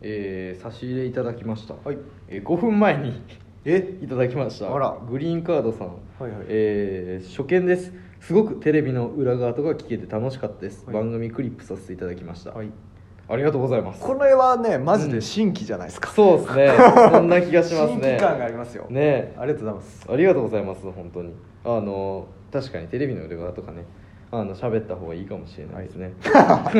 えー差し入れいただきました、はいえー5分前にえいただきましたあらグリーンカードさん、はいはいえー初見ですすごくテレビの裏側とか聞けて楽しかったです、はい番組クリップさせていただきました、はいありがとうございますこれはねマジうでん新規じゃないですか、そうです ねそんな気がします新ね規感がありますよ、ねえありがとうございますありがとうございます本当にあの確かにテレビの裏側とかねあの喋った方がいいかもしれないですね、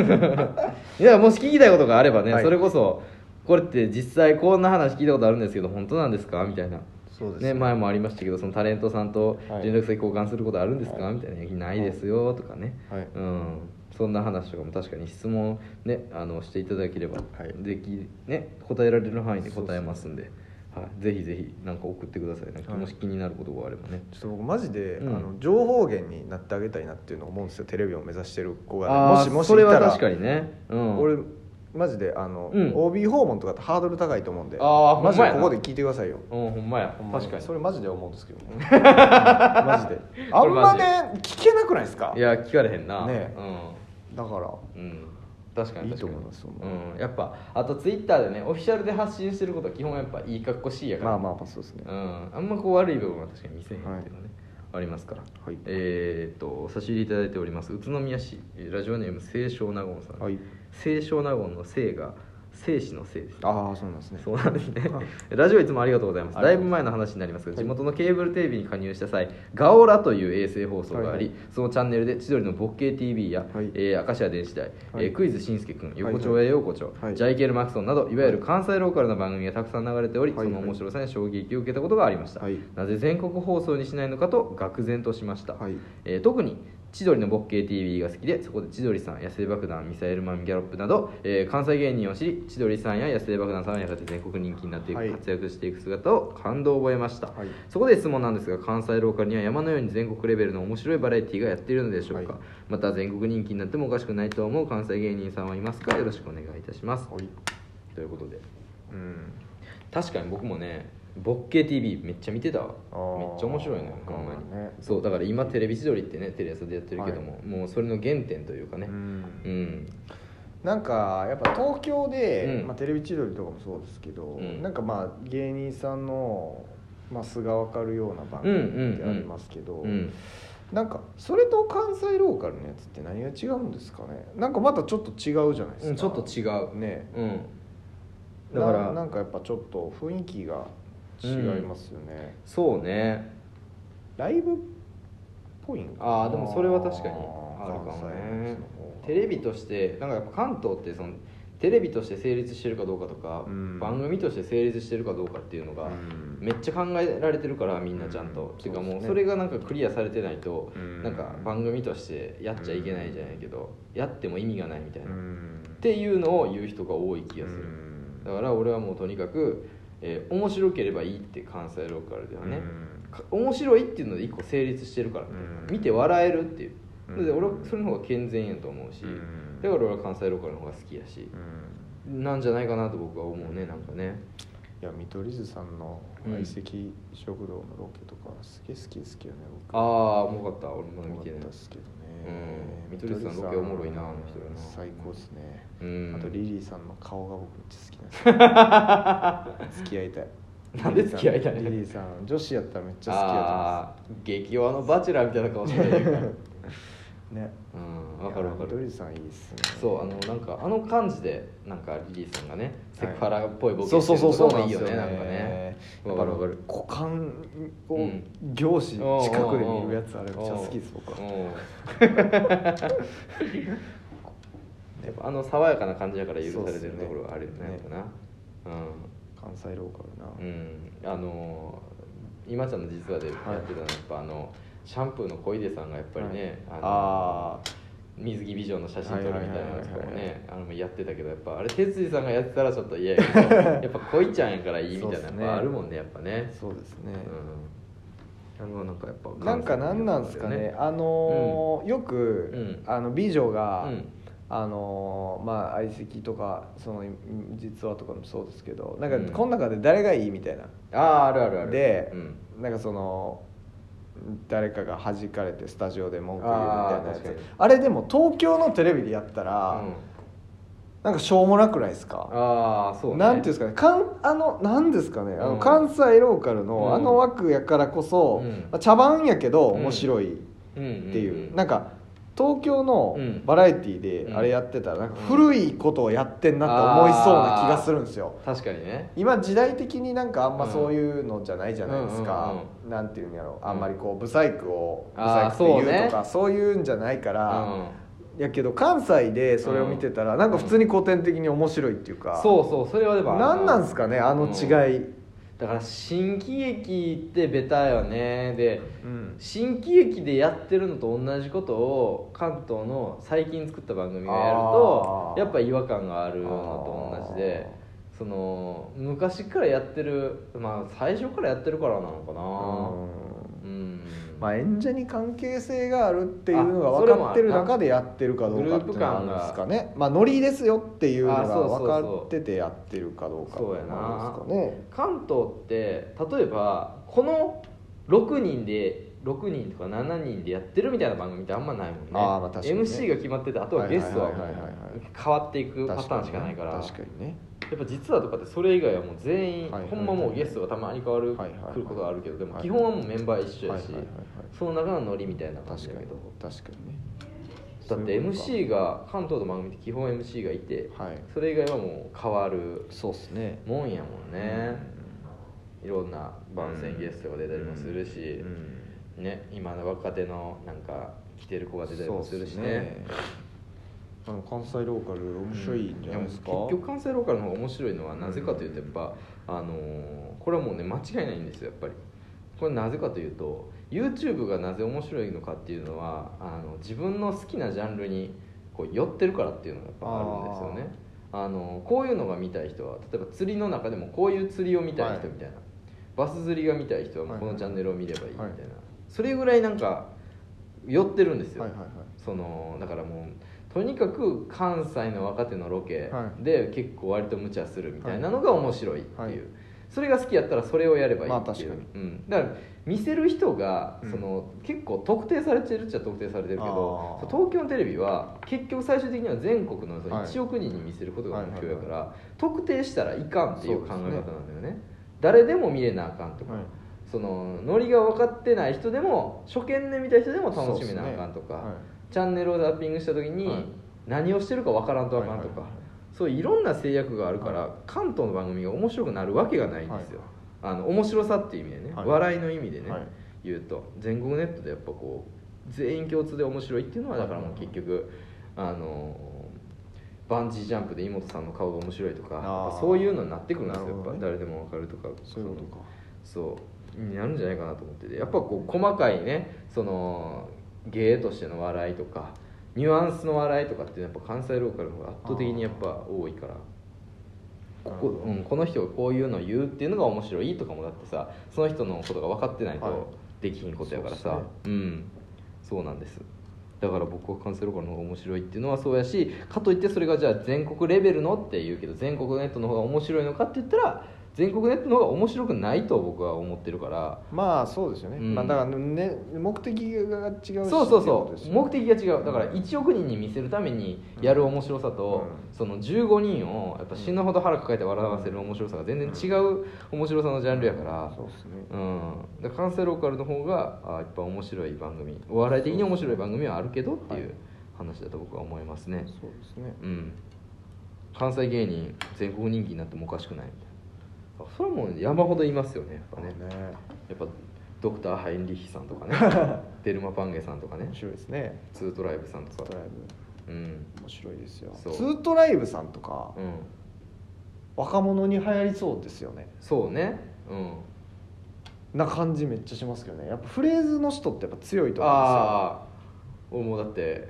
い、やもし聞きたいことがあればね、はいそれこそこれって実際こんな話聞いたことあるんですけど本当なんですかみたいなそうですね、前もありましたけどそのタレントさんとはい連絡先交換することあるんですか、はいみたいな「いやないですよ」とかね、はいうん、そんな話とかも確かに質問、ね、あのしていただければ、はいできね、答えられる範囲で答えますんではい、ぜひぜひなんか送ってくださいなんかはいもし気になることがあればね、ちょっと僕マジで、うんあの情報源になってあげたいなっていうのを思うんですよテレビを目指してる子がね、あもーしもしそれいたはら確かにね、うん、俺マジであの、うん OB 訪問とかってハードル高いと思うんであーほんまマやジなでここで聞いてくださいようんほんまやほんま確かにそれマジで思うんですけどねうんマジ であんまね聞けなくないですかいや聞かれへんなねうんだからうん確かに確かにいいと思いますうん、やっぱあとツイッターでねオフィシャルで発信してることは基本やっぱいいかっこしいやからまあまあまあそうですねうん、あんまこう悪い部分は確かに見せへんっていうのね、ありますから、はいえーっと差し入れいただいております宇都宮市えーラジオネーム清少納言さん、はい清少納言の清が生死の生ですねああそうなんですねそうなんですねラジオいつもありがとうございますありだがいとうぶご前の話になりますが地元のケーブルテレビに加入した際ガオラという衛星放送があり、はいそのチャンネルで千鳥のボッケー TV や、はいえー明石家電子台、はいえークイズしんすけくん横丁はやい横丁、はいジャイケル・マクソンなどいわゆる関西ローカルな番組がたくさん流れており、はいその面白さに衝撃を受けたことがありました、はいなぜ全国放送にしないのかと愕然としました、はいえー特に千鳥のボッケー TV が好きでそこで千鳥さん野生爆弾ミサイルマンギャロップなど、えー関西芸人を知り千鳥さんや野生爆弾さんはやがて全国人気になっていく、はい活躍していく姿を感動を覚えました、はいそこで質問なんですが関西ローカルには山のように全国レベルの面白いバラエティがやっているのでしょうか、はいまた全国人気になってもおかしくないと思う関西芸人さんはいますかよろしくお願いいたします、はいということでうん確かに僕もねボッケー TV めっちゃ見てたわあーめっちゃ面白いのよほんまに、まあねそうだから今テレビ千鳥ってねテレ朝でやってるけども、もうそれの原点というかねううん、んなんかやっぱ東京で、うんまあ、テレビ千鳥とかもそうですけど、うんなんかまあ芸人さんの、まあ、素が分かるような番うんうんう組んってありますけど、うんなんかそれと関西ローカルのやつって何が違うんですかねなんかまたちょっと違うじゃないですうか、ん、ちょっと違う、ねうんだだかかららなんかやっぱちょっと雰囲気が違いますよね、そうねライブっぽいんかなああでもそれは確かにあるかもねテレビとしてしてなんかやっぱ関東ってそのテレビとして成立してるかどうかとか、うん番組として成立してるかどうかっていうのが、めっちゃ考えられてるからみんなちゃんと、うんていうかそうですもねうそれがなんかクリアされてないと、うんなんか番組としてやっちゃいけないじゃないけど、やっても意味がないみたいな、っていうのを言う人が多い気がする、だから俺はもうとにかく、えー面白ければいいって関西ローカルではね、か面白いっていうので一個成立してるから、うん見て笑えるっていううんそれで俺はそれの方が健全やと思うし、うんだから俺は関西ローカルの方が好きやし、なんじゃないかなと僕は思うねなんかねいや見取り図さんの相席食堂のロケとかすげえ好きですけどね僕ああおもろかった俺まだ見見ててないですけどねうん見取り図さんロケおもろいなあの人らな最高ですねうんあとリリーさんの顔が僕めっちゃ好きなんです よ付き合いたいなんで付き合いたいリリーさん女子やったらめっちゃ好きやああー激弱のバチェラーみたいな顔してるやんと思いますねうんわかるわかいや見取るり図さんいいっすねそうあのなんかあの感じでなんかリリーさんがねセクハラっぽいボケそうそうそうそうしてるのとかもいいよんですねなんかねやわっかぱるわかる股間うをん凝視近くで見るやつあれめっちゃ好きです僕はやっ ぱあの爽やかな感じだから許されてるそうっすねところがあるよねやっぱな関西ローカルな、うん、うん、あのー今ちゃんの実話でやってたのはやっぱあのシャンプーの小出さんがやっぱりね、はのいあ水着ビジョンの写真撮るみたいなやつとかもはいはいはいはいねあのやってたけどやっぱあれ哲司さんがやってたらちょっと嫌や けどやっぱ恋ちゃんやからいいみたいなそうっやすっねぱあるもんねやっぱねーそうですね、うんあのなんかやっぱなんかなんなんですかねあのーよく、うんあの美女が、うんあのーまあ相席とかその実話とかもそうですけどなんか、うんこの中で誰がいいみたいなあああるあるあるで、うんなんかその誰かが弾かれてスタジオで文句言うみたいなやあー確つかにあれでも東京のテレビでやったら、なんかしょうもなくないですかああそうねなんていうんですかねかんあのなんですかね、あうのん関西ローカルの、うんあの枠やからこそ、うんまあ茶番やけどうん面白いっうんうんうんていう、なんか東京のうんバラエティーうでんあれやってたらなんか古いことをやってんなと思いそうな気がするんですよ、確かにね今時代的になんかあんまそういうのじゃないじゃないですか、なんていうんやろあんまりこうブサイクをブサあーイクってそう言うねとかそう,、いうんじゃないかうら、んやけど関西でそれを見てたらなんか普通に古典的に面白いっていうか、そうそうそれはでもある何なんですかねあの違い、だから新喜劇ってベタよねでうん新喜劇でやってるのと同じことを関東の最近作った番組がやるとあーやっぱ違和感があるのと同じでその昔からやってるまあ最初からやってるからなのかなうんまあ、演者に関係性があるっていうのが分かってる中でやってるかどうかっていうのがあるんですかねまあノリですよっていうのがあそうそうそう分かっててやってるかどうかっていのがあるんですかね関東って例えばこの6人で6人とか7人でやってるみたいな番組ってあんまないもんねあーまあ確かにね MC が決まっててあとはゲストはもはいはいはいはいはいう変わっていくパターンしかないから確かにねやっぱ実はとかってそれ以外はもう全員、はいはいほんまもうゲストがたまに変わる、はいはいはい来ることがあるけどでもはい基本はもうメンバー一緒やし、はいはいはいはいその中のノリみたいな感じ確だかけにど確かにねだってそうい MC うが関東の番組って基本 MC がいてことかはいそれ以外はもう変わるそうっすねもんやもんね、いろんな番宣ゲストが出たりもするし、ね、今の若手のなんか来てる子が出たりもするしねあの関西ローカル面白いんじゃないですか、うんも結局関西ローカルの方が面白いのはなぜかというとやっぱ、あのーこれはもうね間違いないんですよやっぱりこれなぜかというと YouTube がなぜ面白いのかっていうのはあの自分の好きなジャンルにこう寄ってるからっていうのがやっぱあるんですよねあのこういうのが見たい人は例えば釣りの中でもこういう釣りを見たい人みたいな、バス釣りが見たい人はもうこのチャンネルを見ればいいみたいな、はいそれぐらいなんか寄ってるんですよ、はいはいはいそのだからもうとにかく関西の若手のロケはいで結構割と無茶するみたいなのが面白いっていう、はいそれが好きやったらそれをやればいいっていう、まあ確うん、だから見せる人がうんその、結構特定されてるっちゃ特定されてるけどあー東京のテレビは結局最終的には全国のそのはい1億人に見せることが目標やはいかはいら、特定したらいかんっていう考え方そなうんですだねよね誰でも見れなあかんとか、はいそのノリが分かってない人でも初見で見た人でも楽しめなあかんとか、そうっすねはいチャンネルをザッピングした時にはい何をしてるかわからんとあかんとか、はいはいはいそういろんな制約があるから、はい関東の番組が面白くなるわけがないんですよ、あの面白さっていう意味でね、はい笑いの意味でね、はい言うと全国ネットでやっぱこう全員共通で面白いっていうのはだからもう結局、あのバンジージャンプで井本さんの顔が面白いとかあーやっぱそういうのになってくるんですよ、なやるほっどぱね誰でもわかるとかそういうことかそうになるんじゃないかなと思っててやっぱこう細かいねその芸としての笑いとかニュアンスの笑いとかってやっぱ関西ローカルの方が圧倒的にやっぱ多いからここ,、なるほどうん、この人がこういうのを言うっていうのが面白いとかもだってさその人のことが分かってないはいとできひんことやからさ、そうっうんそうなんですだから僕は関西ローカルの方が面白いっていうのはそうやしかといってそれがじゃあ全国レベルのって言うけど全国ネットの方が面白いのかって言ったら全国ネットの方が面白くないと僕は思ってるからまあそうですよね、うんまあ、だからね目的が違うしそうそうそっていことですうよね目的が違うだから1億人に見せるためにやる面白さと、うんその15人をやっぱ死ぬほど腹抱えて笑わせる面白さが全然違う面白さのジャンルやから、そうですねうん、だから関西ローカルの方があいっぱい面白い番組お笑い的に面白い番組はあるけどっていう話だと僕は思いますね、そうですねうん、関西芸人全国人気になってもおかしくないみたいなあそれはもう山ほどいますよねやっぱねねやっぱドクター・ハインリッヒさんとか ねデルマ・パンゲさんとかね面白いですねツートライブさんとツートかライうんブ面白いですよツそうートライブさんとか、うん若者に流行りそうですよねそうねうんな感じめっちゃしますけどねやっぱフレーズの人ってやっぱ強いと思うんですよああ俺もうだって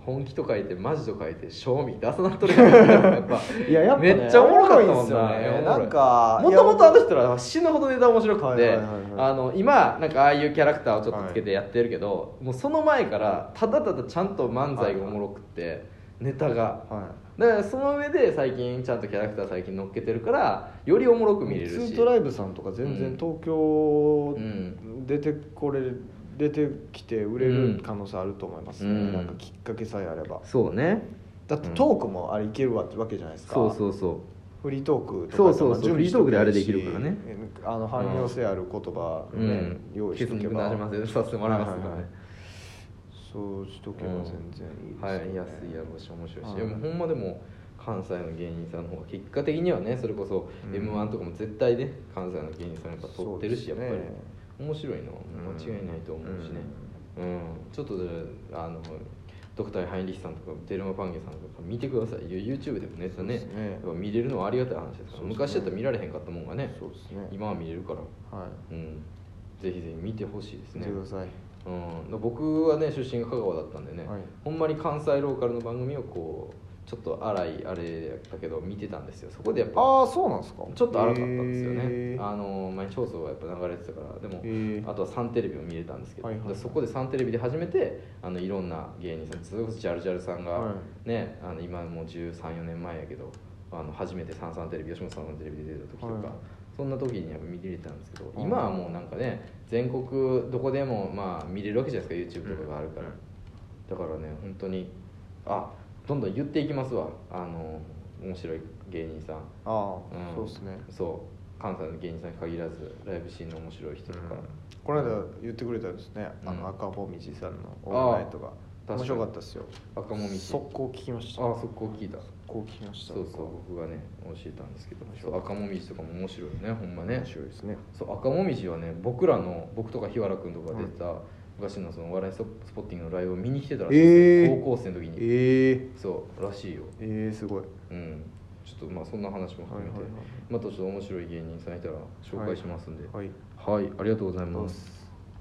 本気と書いてマジと書いて賞味出さなっとるから やっぱいややっぱ、ね、めっちゃおもろかったもんおもろいですよねななんかもともとあの人らは死ぬほどネタ面白くはて、いはいはいはいあの今なんかああいうキャラクターをちょっとつけてやってるけど、もうその前からただただちゃんと漫才がおもろくって、ネタがはだからその上で最近ちゃんとキャラクター最近乗っけてるからよりおもろく見れい、るしツートライブさんとか全うん然東京うん出てこれ出てきて売れる可能性あると思いますね、うんなんかきっかけさえあればそうねだってトークもあれいけるわわけじゃないですか、そうそうそフリートークとかそうそうそうまあ準備しフリートークであれとけばいいでしきるからねあの汎用性ある言葉、う、ねうん、用意しとけ血肉ばなじませさせてもらいますからね、はいはいはいそうしとけば全然いいですはよいね、安いやろうし面白いし、はいでもほんまでも関西の芸人さんの方が結果的にはねそれこそうん m 1とかも絶対ね関西の芸人さんやっぱ撮ってるし、そうでやすっねぱり面白いのは間違いないと思うしねうん、ちょっとじゃああのドクターハインリヒさんとかデルマパンゲさんとか見てください YouTube でもネットねそうですねやっぱ見れるのはありがたい話ですからそうですね昔だったら見られへんかったもんがねそうですね今は見れるから、はうん、ぜひぜひ見てほしいですいね見てくださいうん、僕はね出身が香川だったんでね、はいほんまに関西ローカルの番組をこうちょっと荒いあれだけど見てたんですよそこでやっぱああそうなんですかちょっと荒かったんですよね、へーあの毎日放送がやっぱ流れてたからでも、へーあとはサンテレビを見れたんですけど、はいはいはでいそこでサンテレビで初めてあのいろんな芸人さんそれこそジャルジャルさんはが、ねあの今もう134年前やけどあの初めて「サンサンテレビ」吉本さんのテレビで出た時とか、はいそんな時には見れたんですけどはい今はもうなんかね全国どこでもまあ見れるわけじゃないですか YouTube とかがあるから、うんだからね本当にあどんどん言っていきますわあの面白い芸人さんああ、うんそうですねそう関西の芸人さんに限らずライブシーンの面白い人とか、この間言ってくれたんですね、あうんの赤穂道さんの「オールナイトが」あー面白かったですよ赤もみじ速攻聞きましたあそこ聞いた速攻聞きましたそうそう僕がね教えたんですけどそう赤もみじとかも面白いよねほんまね面白いですねそう赤もみじはね僕らの僕とか日原君とか出てた、昔のその笑いストスポッティングのライブを見に来てたらしいんですよえー高校生の時に、ええそうらしいよええすごいうんちょっとまあそんな話も含めて、はいはいはいまたちょっと面白い芸人さんいたら紹介しますんではいはい、ありがとうございどうまっすす